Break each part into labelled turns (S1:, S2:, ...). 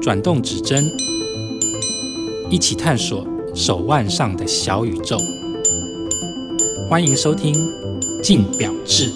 S1: 转动指针，一起探索手腕上的小宇宙。欢迎收听《静表志》。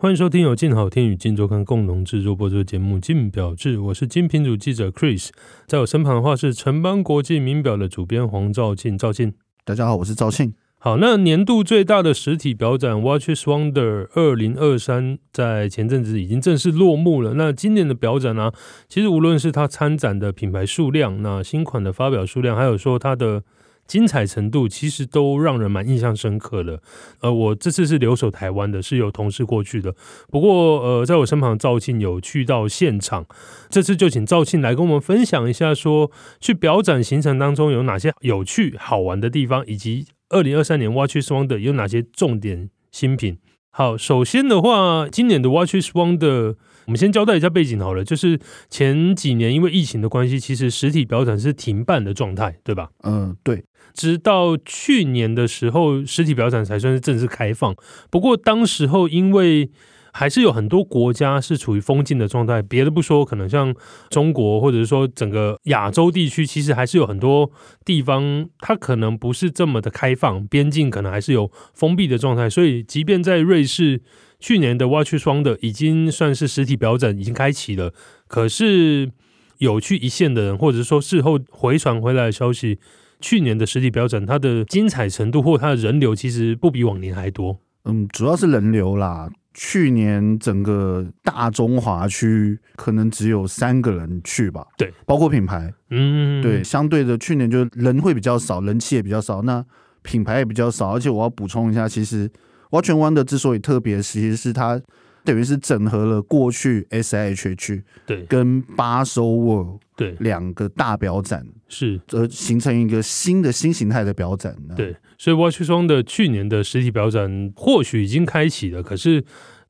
S2: 欢迎收听由静好听与静周刊共同制作播出的节目《静表志》，我是金品主记者 Chris，在我身旁的话是城邦国际名表的主编黄兆庆，兆庆。
S3: 大家好，我是赵庆。
S2: 好，那年度最大的实体表展 Watches Wonder 二零二三，在前阵子已经正式落幕了。那今年的表展啊，其实无论是它参展的品牌数量、那新款的发表数量，还有说它的精彩程度，其实都让人蛮印象深刻的。呃，我这次是留守台湾的，是有同事过去的。不过，呃，在我身旁赵庆有去到现场，这次就请赵庆来跟我们分享一下说去表展行程当中有哪些有趣好玩的地方，以及二零二三年 Watch Wonder 有哪些重点新品。好，首先的话，今年的 Watch Wonder，我们先交代一下背景好了，就是前几年因为疫情的关系，其实实体表展是停办的状态，对吧？
S3: 嗯、对，
S2: 直到去年的时候，实体表展才算是正式开放。不过当时候因为还是有很多国家是处于封禁的状态，别的不说，可能像中国或者是说整个亚洲地区，其实还是有很多地方它可能不是这么的开放，边境可能还是有封闭的状态。所以即便在瑞士，去年的 Watch 双的已经算是实体表展已经开启了，可是有去一线的人，或者是说事后回传回来的消息。去年的实体表展，它的精彩程度或它的人流其实不比往年还多。
S3: 嗯，主要是人流啦。去年整个大中华区可能只有三个人去吧，
S2: 对，
S3: 包括品牌，
S2: 嗯，
S3: 对，相对的去年就人会比较少，人气也比较少，那品牌也比较少。而且我要补充一下，其实 Watch and Wonder 之所以特别，其实是它等于是整合了过去 SIHH
S2: 对
S3: 跟巴收 World
S2: 对
S3: 两个大表展，
S2: 是。
S3: 而形成一个新的新形态的表展。那
S2: 对，所以 Watch 双的去年的实体表展或许已经开启了，可是，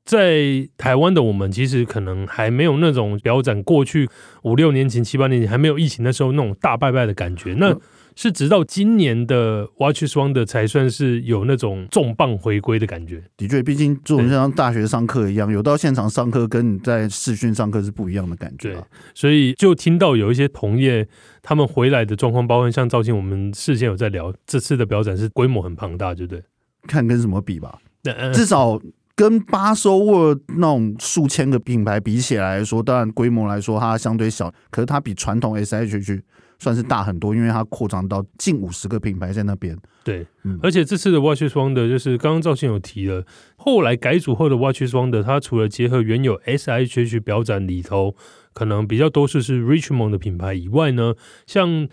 S2: 在台湾的我们其实可能还没有那种表展过去五六年前、七八年前还没有疫情的时候那种大拜拜的感觉。那
S3: 嗯
S2: 是直到今年的 Watch 双的才算是有那种重磅回归的感觉。
S3: 的确，毕竟这种就像大学上课一样，有到现场上课跟你在视讯上课是不一样的感觉啊。
S2: 所以就听到有一些同业他们回来的状况，包括像赵庆，我们事先有在聊，这次的表展是规模很庞大，对不对？
S3: 看跟什么比吧，
S2: 那、呃
S3: 至少跟巴收沃那种数千个品牌比起来说，当然规模来说它相对小，可是它比传统 SHH 算是大很多，因为它扩张到近五十个品牌在那边。
S2: 对，
S3: 嗯
S2: 而且这次的 Watch Wonder 就是刚刚赵信有提了，后来改组后的 Watch Wonder，它除了结合原有 SIHH 表展里头可能比较多数是 Richmond 的品牌以外呢，像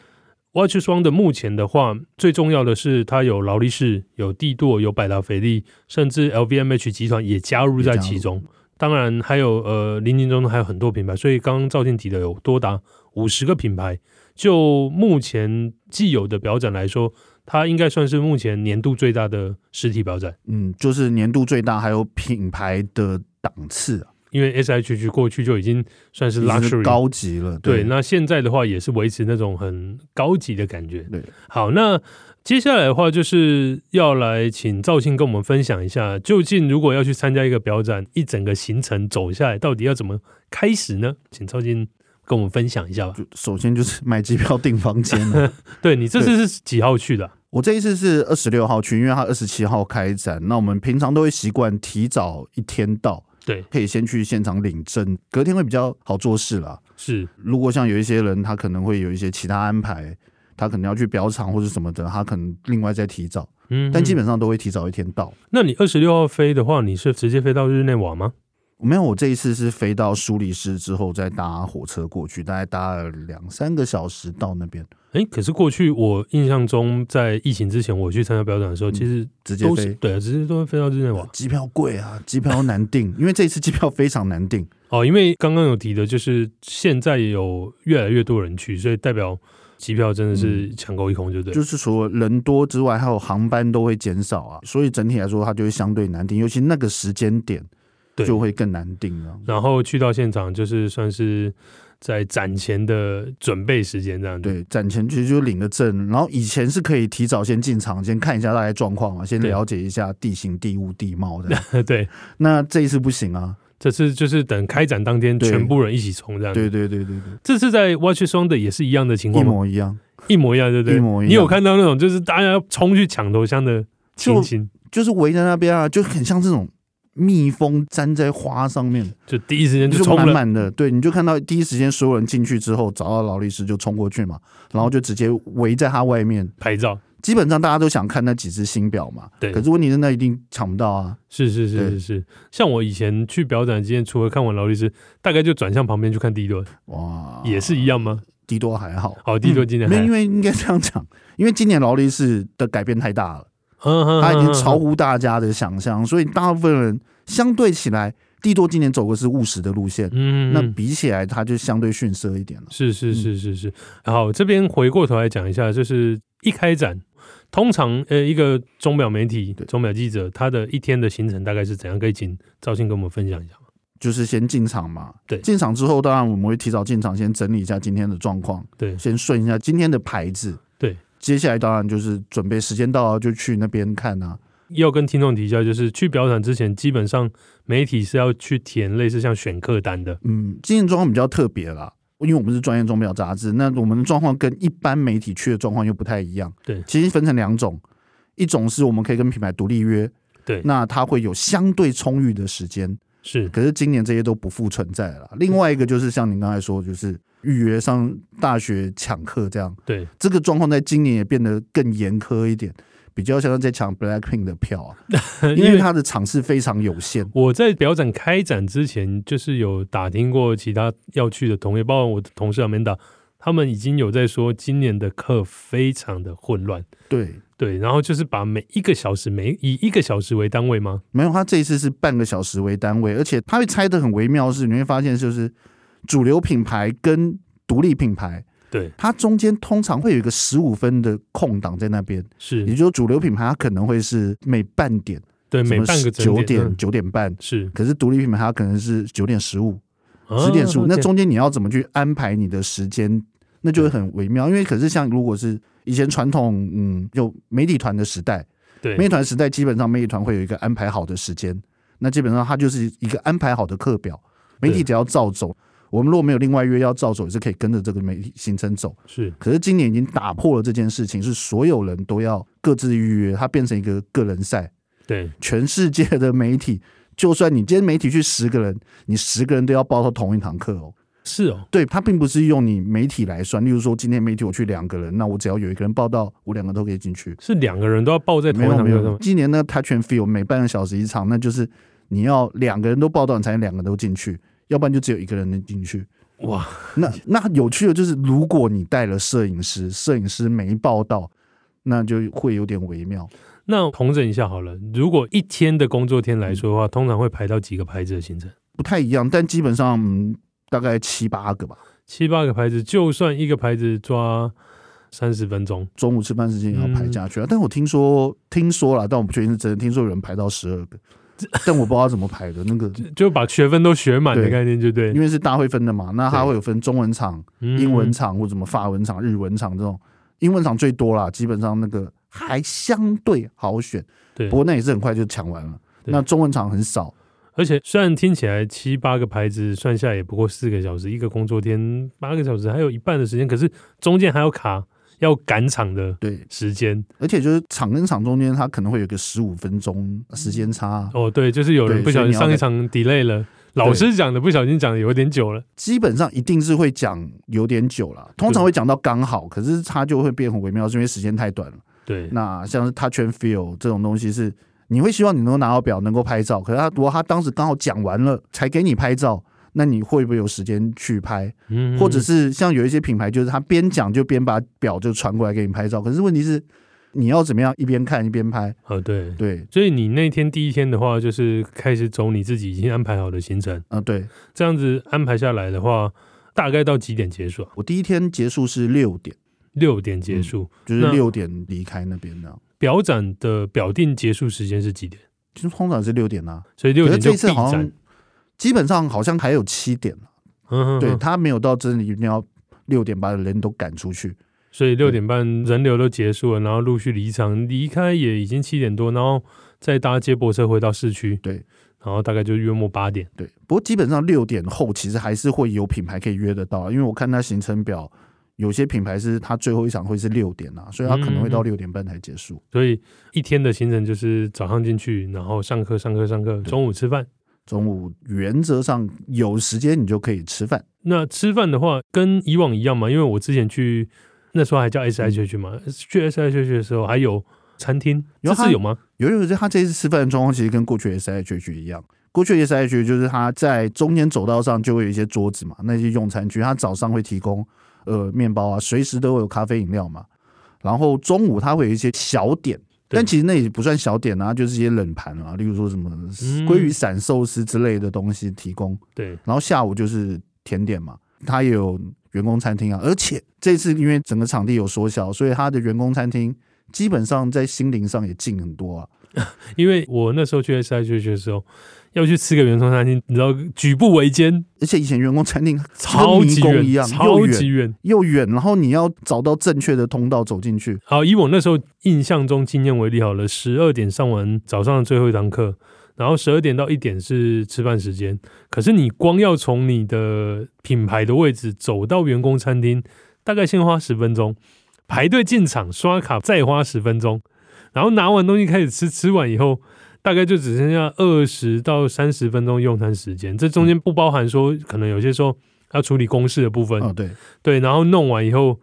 S2: Watch Wonder 目前的话，最重要的是它有劳力士、有帝舵、有百达翡丽，甚至 LVMH 集团也加入在其中。当然还有呃，林近中还有很多品牌，所以刚刚赵信提的有多达五十个品牌。就目前既有的表展来说，它应该算是目前年度最大的实体表展，
S3: 嗯，就是年度最大，还有品牌的档次、啊，
S2: 因为 S H G 过去就已经算是
S3: 已经
S2: luxury
S3: 是高级了。
S2: 对，那现在的话也是维持那种很高级的感觉。
S3: 对，
S2: 好，那接下来的话就是要来请赵庆跟我们分享一下，究竟如果要去参加一个表展，一整个行程走下来，到底要怎么开始呢？请赵庆跟我们分享一下吧。
S3: 就首先就是买机票订房间、啊。
S2: 对你这次是几号去的啊、
S3: 我这一次是二十六号去，因为它二十七号开展。那我们平常都会习惯提早一天到，
S2: 对，
S3: 可以先去现场领证，隔天会比较好做事啦。
S2: 是
S3: 如果像有一些人，他可能会有一些其他安排，他可能要去表厂或者什么的，他可能另外再提早，
S2: 嗯，
S3: 但基本上都会提早一天到。
S2: 那你二十六号飞的话，你是直接飞到日内瓦吗？
S3: 没有，我这一次是飞到苏黎世之后再搭火车过去，大概搭了两三个小时到那边，
S2: 哎，可是过去我印象中，在疫情之前，我去参加表展的时
S3: 嗯
S2: 候，其实
S3: 直接
S2: 都是
S3: 飞。
S2: 对，直接都会飞到日内瓦。
S3: 机票贵啊，机票难订，因为这一次机票非常难订。
S2: 哦，因为刚刚有提的，就是现在有越来越多人去，所以代表机票真的是抢购一空，就对。
S3: 嗯就是除了人多之外，还有航班都会减少啊，所以整体来说它就会相对难订，尤其那个时间点，
S2: 对
S3: 就会更难定了。
S2: 然后去到现场就是算是在展前的准备时间这样子。
S3: 对，展前其实就领个证，然后以前是可以提早先进场，先看一下大概状况嘛，先
S2: 对
S3: 了解一下地形、地物、地貌的。
S2: 对 对，
S3: 那这一次不行 啊，
S2: 这次就是等开展当天
S3: 对
S2: 全部人一起冲这样子。
S3: 对对对对对，
S2: 这次在 Watch 双的也是一样的情
S3: 一
S2: 况吗？
S3: 模一样。
S2: 一模一样，对不对？
S3: 一模一样
S2: 你有看到那种就是大家冲去抢头香的情形，
S3: 就是围在那边啊，就很像这种蜜蜂粘在花上面，
S2: 就第一时间就
S3: 就
S2: 冲
S3: 满
S2: 了。
S3: 满的。对，你就看到第一时间所有人进去之后，找到劳力士就冲过去嘛，然后就直接围在他外面。
S2: 拍照，
S3: 基本上大家都想看那几只新表嘛，
S2: 对
S3: 可是问题是那一定抢不到啊，
S2: 是是是
S3: 对
S2: 是是。像我以前去表展经验，除了看完劳力士，大概就转向旁边去看帝多，
S3: 啊哇，
S2: 也是一样吗？
S3: 迪多还好，
S2: 哦迪多今年
S3: 嗯没有
S2: 还
S3: 因为应该这样讲，因为今年劳力士的改变太大了，
S2: 他
S3: 它
S2: 嗯
S3: 已经超乎大家的想象，所以大部分人相对起来，帝多今年走的是务实的路线，
S2: 嗯，
S3: 那嗯
S2: 嗯
S3: 比起来它就相对逊色一点了。
S2: 是是是是是。好，这边回过头来讲一下，就是一开展，通常呃一个钟表媒体、
S3: 对
S2: 钟表记者，他的一天的行程大概是怎样？可以请赵信跟我们分享一下吗？
S3: 就是先进场嘛，
S2: 对
S3: 进场之后，当然我们会提早进场，先整理一下今天的状况，
S2: 对
S3: 先顺一下今天的牌子，
S2: 对。
S3: 接下来当然就是准备时间到了就去那边看啊，
S2: 要跟听众提一下，就是去表展之前，基本上媒体是要去填类似像选课单的，
S3: 嗯，今年状况比较特别啦，因为我们是专业钟表杂志，那我们的状况跟一般媒体去的状况又不太一样。
S2: 对
S3: 其实分成两种，一种是我们可以跟品牌独立约，
S2: 对
S3: 那它会有相对充裕的时间，
S2: 是
S3: 可是今年这些都不复存在了啦。另外一个就是像您刚才说，就是预约上大学抢课这样，
S2: 对，
S3: 这个状况在今年也变得更严苛一点。比较像在抢 Blackpink 的票啊，因为它的场次非常有限。
S2: 我在表展开展之前，就是有打听过其他要去的同业，包括我的同事 Amanda，他们已经有在说今年的课非常的混乱，
S3: 对，
S2: 对，然后就是把每一个小时每以一个小时为单位吗？
S3: 没有，他这一次是半个小时为单位，而且他会拆的很微妙的是，你会发现就是主流品牌跟独立品牌，
S2: 对，
S3: 它中间通常会有一个十五分的空档在那边，也就是是说主流品牌它可能会是每半点，
S2: 对每半个整
S3: 九点
S2: 嗯
S3: 九点半，
S2: 是
S3: 可是独立品牌它可能是九点十五、
S2: 啊
S3: 十点十五，那
S2: 中
S3: 中间你要怎么去安排你的时间，那就会很微妙，因为可是像如果是以前传统嗯有媒体团的时代。
S2: 对
S3: 媒体团时代基本上媒体团会有一个安排好的时间，那基本上它就是一个安排好的课表，媒体
S2: 对
S3: 只要照走。我们如果没有另外约要照走，也是可以跟着这个媒体行程走。
S2: 是
S3: 可是今年已经打破了这件事情，是所有人都要各自预约，它变成一个个人赛，
S2: 对
S3: 全世界的媒体。就算你今天媒体去十个人，你十个人都要报到同一堂课哦。
S2: 是哦，
S3: 对，它并不是用你媒体来算。例如说，今天媒体我去两个人，那我只要有一个人报到，我两个都可以进去。
S2: 是两个人都要抱在同
S3: 没
S2: 一
S3: 有
S2: 堂
S3: 没
S2: 课
S3: 有
S2: 上，
S3: 今年那个 Touch and Feel 每半个小时一场，那就是你要两个人都报道，你才能两个都进去，要不然就只有一个人能进去。
S2: 哇，
S3: 那那有趣的就是，如果你带了摄影师，摄影师没报道，那就会有点微妙。
S2: 那统整一下好了，如果一天的工作天来说的话，通常会排到几个牌子的行程？
S3: 不太一样，但基本上、嗯、大概七八个吧。
S2: 七八个牌子，就算一个牌子抓三十分钟，
S3: 中午吃饭时间也要排下
S2: 嗯
S3: 去啊。但我听说听说啦，但我不确定是真的，听说有人排到十二个，但我不知道怎么排的。那个
S2: 就把学分都学满的
S3: 对
S2: 概念，就对
S3: 因。为是大会分的嘛，那它
S2: 对
S3: 会有分中文场。
S2: 嗯
S3: 英文场或什么法文场、日文场这种，英文场最多啦，基本上那个还相对好选，
S2: 对
S3: 不，过那也是很快就抢完了。
S2: 对
S3: 那中文场很少，
S2: 而且虽然听起来七八个牌子算下来也不过四个小时，一个工作天八个小时，还有一半的时间，可是中间还要卡要赶场的
S3: 对，
S2: 时间。
S3: 而且就是场跟场中间，它可能会有个十五分钟时间差，
S2: 哦，对，就是有人
S3: 对
S2: 不小心
S3: 所以
S2: 上一
S3: 你要
S2: 场 delay 了，老师讲的不小心讲的有点久了。
S3: 基本上一定是会讲有点久了，通常会讲到刚好，可是它就会变很微妙，是因为时间太短了。
S2: 对，
S3: 那像是 touch and feel 这种东西是，你会希望你能够拿到表，能够拍照，可是他如果他当时刚好讲完了才给你拍照，那你会不会有时间去拍？
S2: 嗯
S3: 或者是像有一些品牌，就是他边讲就边把表就传过来给你拍照。可是问题是，你要怎么样一边看一边拍？
S2: 哦，对。
S3: 对，
S2: 所以你那天第一天的话，就是开始走你自己已经安排好的行程，
S3: 啊、对
S2: 这样子安排下来的话，大概到几点结束啊？
S3: 我第一天结束是六点，
S2: 六点结束。
S3: 就是
S2: 那
S3: 六点离开那边的，
S2: 表展的表定结束时间是几点？
S3: 其实通常是六点啊。
S2: 所以六
S3: 可是
S2: 点
S3: 这
S2: 就
S3: 一次
S2: 闭
S3: 好像
S2: 展。
S3: 基本上好像还有七点，
S2: 嗯哼
S3: 对
S2: 哼，
S3: 他没有到真的一定要六点把人都赶出去，
S2: 所以六点半人流都结束了，然后陆续离场，离开也已经七点多，然后再搭接驳车回到市区，
S3: 对，
S2: 然后大概就约莫八点，
S3: 对。不过基本上六点后其实还是会有品牌可以约得到啊，因为我看他行程表，有些品牌是他最后一场会是六点啊，所以他可能
S2: 嗯
S3: 会到六点半才结束。
S2: 所以一天的行程就是早上进去，然后上课上课上课，中午吃饭。
S3: 中午原则上有时间你就可以吃饭，
S2: 那吃饭的话，跟以往一样嘛，因为我之前去那时候还叫
S3: 嗯
S2: S H H 嘛，去 S H H 的时候还有餐厅，
S3: 有
S2: 这
S3: 啊
S2: 次有吗？
S3: 有有有，他这一次吃饭的状况其实跟过去的 S H H 一样。过去的 S H H 就是他在中间走道上就会有一些桌子嘛，那些用餐区，他早上会提供呃面包啊，随时都会有咖啡饮料嘛。然后中午他会有一些小点，
S2: 对
S3: 但其实那也不算小点啊，就是一些冷盘啊，例如说什么鲑鱼散寿司之类的东西提供。
S2: 对，
S3: 然后下午就是甜点嘛，它也有员工餐厅啊，而且这次因为整个场地有缩小，所以它的员工餐厅基本上在心灵上也近很多啊。
S2: 因为我那时候去 S H H 的时候，要去吃个圆通餐厅，你知道举步维艰，
S3: 而且以前员工餐厅
S2: 超级
S3: 跟迷宫
S2: 远，
S3: 一样，
S2: 超
S3: 又
S2: 级
S3: 远
S2: 远。
S3: 又远，然后你要找到正确的通道走进去。
S2: 好，以我那时候印象中经验为例好了，十二点上完早上的最后一堂课，然后十二点到一点是吃饭时间。可是你光要从你的品牌的位置走到员工餐厅，大概先花十分钟，排队进场刷卡再花十分钟，然后拿完东西开始吃，吃完以后。大概就只剩下二十到三十分钟用餐时间，这中间不包含说可能有些时候要处理公事的部分，
S3: 哦，对，
S2: 对，然后弄完以后，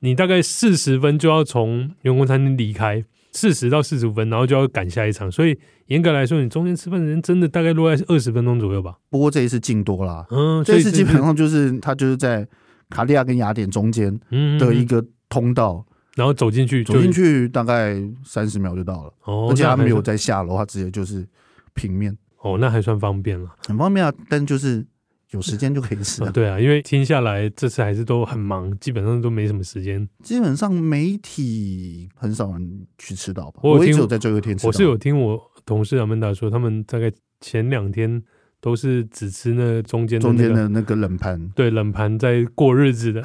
S2: 你大概四十分就要从员工餐厅离开，四十到四十五分，然后就要赶下一场。所以严格来说，你中间吃饭时间真的大概落在二十分钟左右吧。
S3: 不过这一次近多啦，
S2: 嗯，所
S3: 这
S2: 以
S3: 一次
S2: 是
S3: 基本上就是它就是在卡利亚跟雅典中间
S2: 嗯
S3: 的
S2: 嗯
S3: 一
S2: 嗯
S3: 个通道，
S2: 然后走进去就
S3: 走进，去大概三十秒就到了，
S2: 哦，
S3: 而且
S2: 那
S3: 它
S2: 还
S3: 没有
S2: 算
S3: 在下楼，它直接就是平面，
S2: 哦，那还算方便了。
S3: 很方便啊。但就是有时间就可以 吃
S2: 哦
S3: 啊，
S2: 对啊，因为听下来这次还是都很忙，基本上都没什么时间。
S3: 基本上媒体很少人去吃到吧，
S2: 我有
S3: 我也
S2: 听
S3: 只有在最后一天吃到。啊
S2: 我是有听我同事阿曼达说，他们大概前两天都是只吃那中间的、
S3: 中
S2: 那个、
S3: 间的那个冷盘，
S2: 对冷盘在过日子的。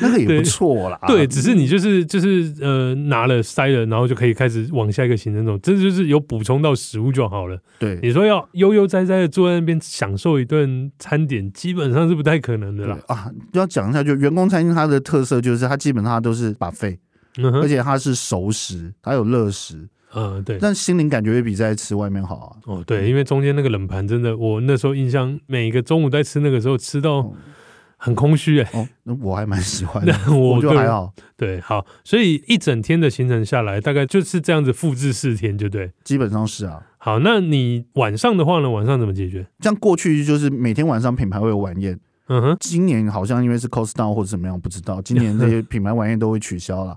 S3: 那个
S2: 对
S3: 也不错啦。
S2: 对，只是你就是就是呃拿了塞了，然后就可以开始往下一个行程走，这就是有补充到食物就好了。
S3: 对，
S2: 你说要悠悠哉哉的坐在那边享受一顿餐点，基本上是不太可能的
S3: 对
S2: 啦。
S3: 啊，要讲一下，就员工餐厅它的特色就是它基本上它都是把费，
S2: 嗯
S3: 而
S2: 哼，
S3: 且它是熟食，它有热食，
S2: 呃，对，
S3: 但心灵感觉会比在吃外面好啊。
S2: 哦对，因为中间那个冷盘真的，我那时候印象，每个中午在吃那个时候吃到
S3: 哦
S2: 很空虚哎、
S3: 哦，那我还蛮喜欢的，
S2: 那我
S3: 我就
S2: 个人
S3: 还好，
S2: 对，好，所以一整天的行程下来，大概就是这样子复制四天，就对。
S3: 基本上是啊。
S2: 好，那你晚上的话呢？晚上怎么解决？
S3: 像过去就是每天晚上品牌会有晚宴，
S2: 嗯哼，
S3: 今年好像因为是 cost down 或者怎么样，不知道。今年这些品牌晚宴都会取消了。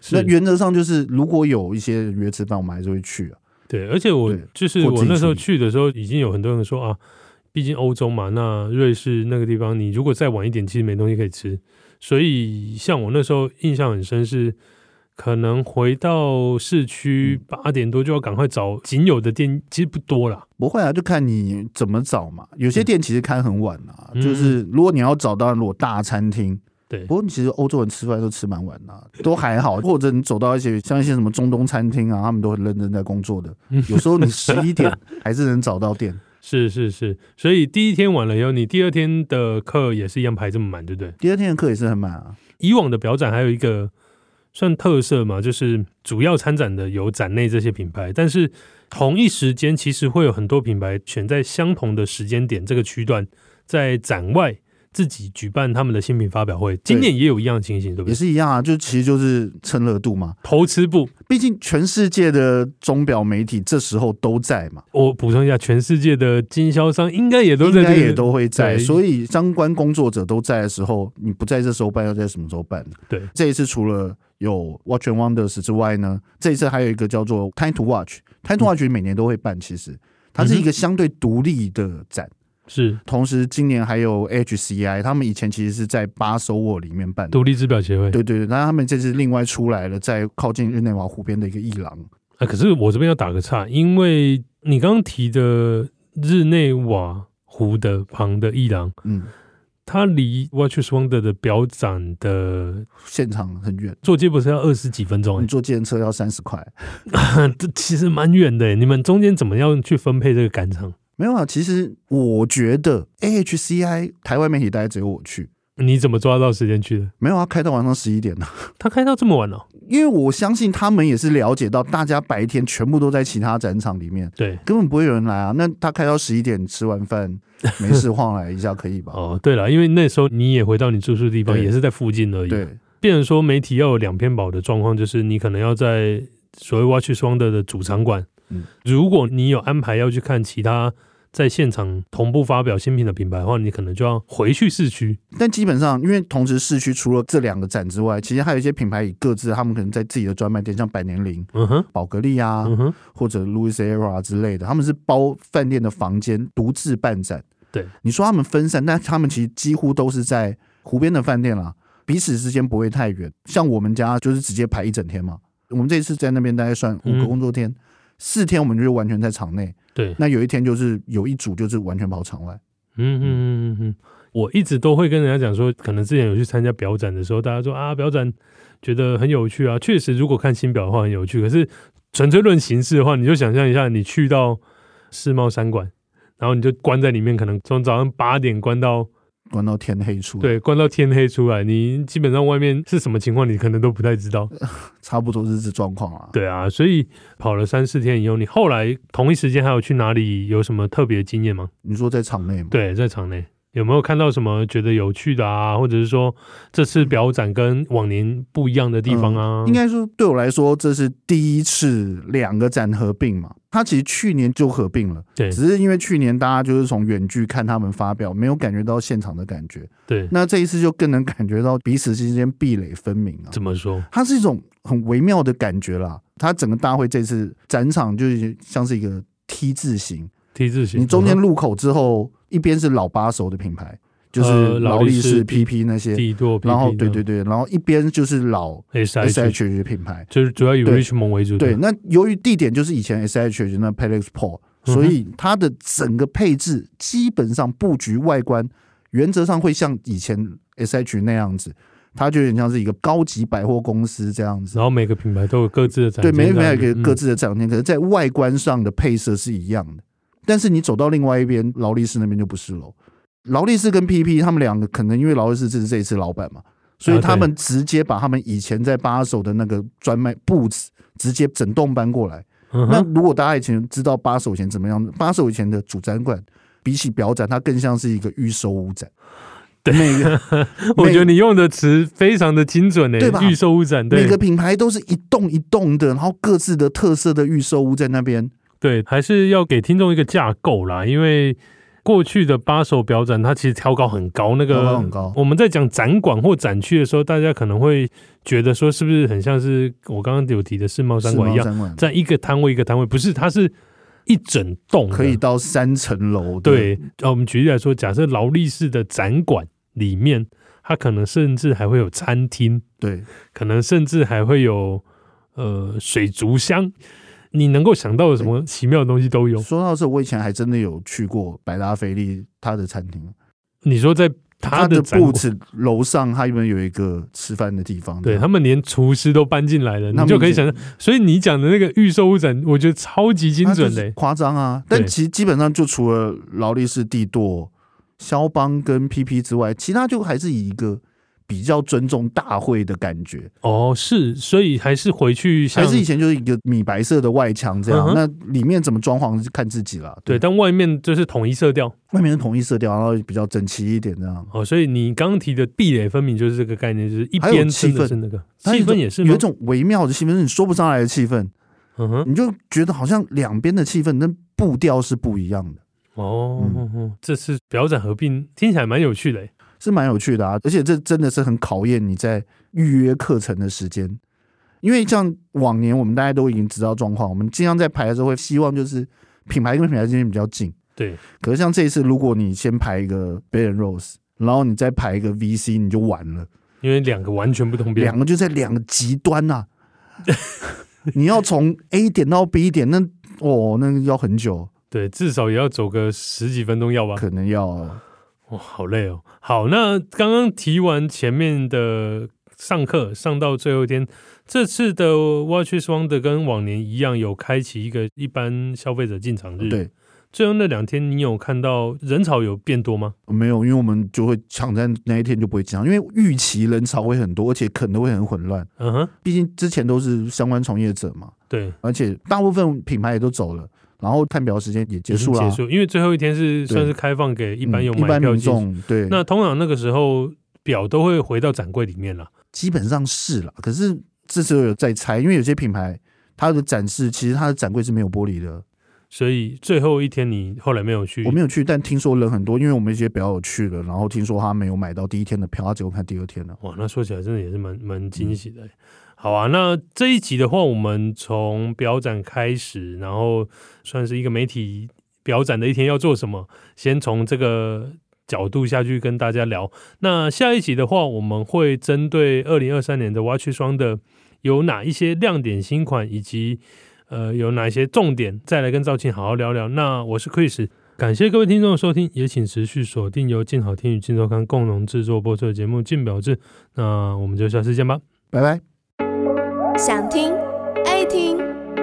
S2: 是
S3: 那原则上就是，如果有一些约吃饭，我们还是会去、啊。
S2: 对，而且我
S3: 对
S2: 就是
S3: 或
S2: 我
S3: 自己
S2: 那时候
S3: 处
S2: 去
S3: 理
S2: 的时候，已经有很多人说啊，毕竟欧洲嘛，那瑞士那个地方，你如果再晚一点，其实没东西可以吃。所以像我那时候印象很深是，可能回到市区
S3: 嗯
S2: 八点多就要赶快找仅有的店，其实不多啦。
S3: 不会啊，就看你怎么找嘛。有些店其实开很晚啊，
S2: 嗯
S3: 就是如果你要找到如果大餐厅，
S2: 对
S3: 不过其实欧洲人吃饭都吃蛮晚的啊、都还好。或者你走到一些像一些什么中东餐厅啊，他们都很认真在工作的，
S2: 嗯
S3: 有时候你十一 点还是能找到店。
S2: 是是是，所以第一天晚了以后，你第二天的课也是一样排这么满，对不对？
S3: 第二天的课也是很满啊，
S2: 以往的表展还有一个算特色嘛，就是主要参展的有展内这些品牌，但是同一时间其实会有很多品牌选在相同的时间点这个区段，在展外自己举办他们的新品发表会。今年也有一样的情形，对不
S3: 也
S2: 对？
S3: 是一样啊，就其实就是趁热度嘛。
S2: 投资部，
S3: 毕竟全世界的钟表媒体这时候都在嘛，
S2: 我补充一下，全世界的经销商应该也都
S3: 应
S2: 在这
S3: 该
S2: 个
S3: 也都会在，
S2: 对
S3: 所以相关工作者都在的时候，你不在这时候办，要在什么时候办？
S2: 对，
S3: 这一次除了有 Watch and Wonders 之外呢，这一次还有一个叫做 Time to Watch，Time to
S2: 嗯
S3: Watch 每年都会办，其实它是一个相对独立的展。
S2: 是
S3: 同时，今年还有 HCI，他们以前其实是在巴首沃里面办的。
S2: 独立制表协会。
S3: 对对对，那他们这次另外出来了，在靠近日内瓦湖边的一个艺廊，
S2: 啊，可是我这边要打个岔，因为你刚刚提的日内瓦湖的旁的一郎，
S3: 嗯，
S2: 它离 Watches Wonder 的表展的
S3: 现场很远，
S2: 坐接驳车要二十几分钟、欸，
S3: 你坐计程车要三十块。
S2: 这其实蛮远的、欸。你们中间怎么样去分配这个赶场？
S3: 没有啊，其实我觉得 AHCI 台湾媒体大概只有我去，
S2: 你怎么抓到时间去的？
S3: 没有啊，开到晚上十一点啊，
S2: 他开到这么晚哦、
S3: 因为我相信他们也是了解到，大家白天全部都在其他展场里面，
S2: 对，
S3: 根本不会有人来啊。那他开到十一点，吃完饭没事晃来一下可以吧？
S2: 哦，对了，因为那时候你也回到你住宿地方，
S3: 对
S2: 也是在附近而已。
S3: 对，
S2: 变成说媒体要有两篇宝的状况，就是你可能要在所谓 Watch 双的的主场馆，
S3: 嗯
S2: 如果你有安排要去看其他在现场同步发表新品的品牌的话，你可能就要回去市区。
S3: 但基本上因为同时市区除了这两个展之外，其实还有一些品牌以各自他们可能在自己的专卖店，像百年灵、
S2: 嗯哼，
S3: 宝格丽啊，
S2: 嗯哼，
S3: 或者 Louis Era 之类的，他们是包饭店的房间独自办展。
S2: 嗯对，
S3: 你说他们分散，但他们其实几乎都是在湖边的饭店啦，彼此之间不会太远。像我们家就是直接排一整天嘛，我们这次在那边大概算五个
S2: 嗯
S3: 工作天，四天我们就是完全在场内，
S2: 对，
S3: 那有一天就是有一组就是完全跑场外。
S2: 嗯嗯嗯嗯嗯，我一直都会跟人家讲说，可能之前有去参加表展的时候，大家说啊，表展觉得很有趣啊，确实，如果看新表的话很有趣。可是纯粹论形式的话，你就想象一下，你去到世贸三馆，然后你就关在里面，可能从早上八点关到
S3: 关到天黑处，，
S2: 对，关到天黑出来，你基本上外面是什么情况，你可能都不太知道。
S3: 差不多是这状况啦。，
S2: 对啊，所以跑了三四天以后，你后来同一时间还有去哪里有什么特别的经验吗？
S3: 你说在场内嘛，
S2: 对，在场内有没有看到什么觉得有趣的啊？或者是说这次表展跟往年不一样的地方啊？
S3: 嗯应该说对我来说这是第一次两个展合并嘛，它其实去年就合并了。
S2: 对
S3: 只是因为去年大家就是从远距看他们发表，没有感觉到现场的感觉。
S2: 对，
S3: 那这一次就更能感觉到彼此之间壁垒分明啊，
S2: 怎么说？
S3: 它是一种很微妙的感觉啦。它整个大会这次展场就是像是一个 T 字形，
S2: T 字形，
S3: 你中间
S2: 嗯
S3: 入口之后，一边是老八手的品牌，就是
S2: 呃
S3: 劳
S2: 劳
S3: 力
S2: 力士
S3: 士、PP 那些，
S2: 帝舵 PP 的，
S3: 然后对对对，然后一边就是老
S2: S
S3: S
S2: H
S3: H 品牌。
S2: 就是主要以
S3: 对
S2: Richmond 为主的，
S3: 对，那由于地点就是以前 S H 那 Palex Paul，
S2: 嗯哼
S3: 所以它的整个配置基本上布局外观原则上会像以前 S H 那样子，它就有点像是一个高级百货公司这样子。
S2: 然后每个品牌都有各哦自的展
S3: 对，
S2: 间在
S3: 每
S2: 里面，
S3: 每有一个各
S2: 嗯
S3: 自的展厅，可是在外观上的配色是一样的，但是你走到另外一边劳力士那边就不是喽。劳力士跟 PP 他们两个可能因为劳力士这是这一次老板嘛，所以
S2: 啊
S3: 他
S2: 对
S3: 们直接把他们以前在八手的那个专卖布置直接整栋搬过来。
S2: 嗯
S3: 那
S2: 哼
S3: 如果大家以前知道八手以前怎么样，八手以前的主展馆比起表展，它更像是一个预售屋展。对，每个
S2: 我
S3: 每
S2: 觉得你用的词非常的精准诶
S3: 对吧，
S2: 预售物展，
S3: 每
S2: 对
S3: 个品牌都是一栋一栋的，然后各自的特色的预售屋在那边。
S2: 对，还是要给听众一个架构啦，因为。过去的八手表展，它其实挑高很高，那个
S3: 挑高很高
S2: 我们在讲展馆或展区的时候，大家可能会觉得说，是不是很像是我刚刚有提的世贸
S3: 世
S2: 三馆一
S3: 贸
S2: 样，
S3: 展馆
S2: 在一个摊位一个摊位，不是，它是一整栋的，
S3: 可以到三层楼。，
S2: 对。呃，我们举例来说，假设劳力士的展馆里面，它可能甚至还会有餐厅，
S3: 对，
S2: 可能甚至还会有呃水族箱，你能够想到的什么奇妙的东西都有。
S3: 说到这，我以前还真的有去过百达翡丽它的餐厅，
S2: 你说在他
S3: 它
S2: 的
S3: 的
S2: 展
S3: 布
S2: 馆，
S3: 置楼上它原本有一个吃饭的地方，
S2: 对他们连厨师都搬进来了，
S3: 他
S2: 你
S3: 们
S2: 就可以
S3: 已经
S2: 想象。所以你讲的那个预售屋展，我觉得超级精
S3: 它就
S2: 准
S3: 是
S2: 的、欸
S3: 夸张啊！但
S2: 对
S3: 其实基本上就除了劳力士、帝舵、肖邦跟 PP 之外，其他就还是以一个比较尊重大会的感觉，
S2: 哦，是，所以还是回去像
S3: 还是以前就是一个米白色的外墙这
S2: 嗯
S3: 样，
S2: 哼
S3: 那里面怎么装潢是看自己啦。
S2: 对，，但外面就是统一色调
S3: 外面是统一色调，然后比较整齐一点这样。
S2: 哦。所以你刚刚提的壁垒分明就是这个概念，就是一
S3: 还有
S2: 边
S3: 气
S2: 真的
S3: 氛
S2: 是那个
S3: 它有
S2: 气
S3: 一种
S2: 氛也是
S3: 有
S2: 吗
S3: 一？种微妙的气氛，是你说不上来的气氛，
S2: 嗯哼，
S3: 你就觉得好像两边的气氛跟步调是不一样的，
S2: 哦，
S3: 嗯
S2: 嗯这次表展合并听起来蛮有趣的欸。
S3: 是蛮有趣的啊。而且这真的是很考验你在预约课程的时间，因为像往年我们大家都已经知道状况，我们经常在排的时候会希望就是品牌跟品牌之间比较近。
S2: 对，
S3: 可是像这一次，如果你先排一个 Bed and Rose，然后你再排一个 VC，你就完了，
S2: 因为两个完全不同边
S3: 两，个就在两个极端啊呐、你要从 A 点到 B 点，那哦，那个要很久。
S2: 对，至少也要走个十几分钟要吧？
S3: 可能要
S2: 哇，好累哦。好，那刚刚提完前面的上课，上到最后一天，这次的 Watch s w o n d 跟往年一样，有开启一个一般消费者进场日。，
S3: 嗯对。
S2: 最后那两天，你有看到人潮有变多吗？
S3: 没有，因为我们就会抢在那一天就不会抢，因为预期人潮会很多，而且可能会很混乱。
S2: 嗯哼，
S3: 毕竟之前都是相关从业者嘛，
S2: 对，
S3: 而且大部分品牌也都走了，然后探表时间也结束
S2: 已
S3: 了
S2: 经
S3: 啊，
S2: 结束，因为最后一天是
S3: 对
S2: 算是开放给一般有
S3: 嗯一
S2: 买
S3: 般
S2: 票
S3: 民
S2: 进去。
S3: 众对，
S2: 那通常那个时候表都会回到展柜里面了。
S3: 基本上是了。可是这时候有在猜，因为有些品牌它的展示其实它的展柜是没有玻璃的，
S2: 所以最后一天你后来没有去，
S3: 我没有去，但听说人很多，因为我们一些表友去了，然后听说他没有买到第一天的票，他结果看第二天了。
S2: 哇，那说起来真的也是蛮蛮惊喜的欸。好啊，那这一集的话，我们从表展开始，然后算是一个媒体表展的一天要做什么，先从这个角度下去跟大家聊。那下一集的话，我们会针对二零二三年的 Watch 双的有哪一些亮点新款，以及呃有哪一些重点，再来跟赵庆好好聊聊。那我是 Chris，感谢各位听众的收听，也请持续锁定由静好听与静周刊共同制作播出的节目《静表志》。那我们就下次见吧。
S3: 拜拜。
S4: 想听爱听，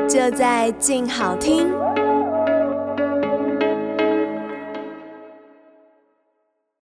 S4: 就在静好听。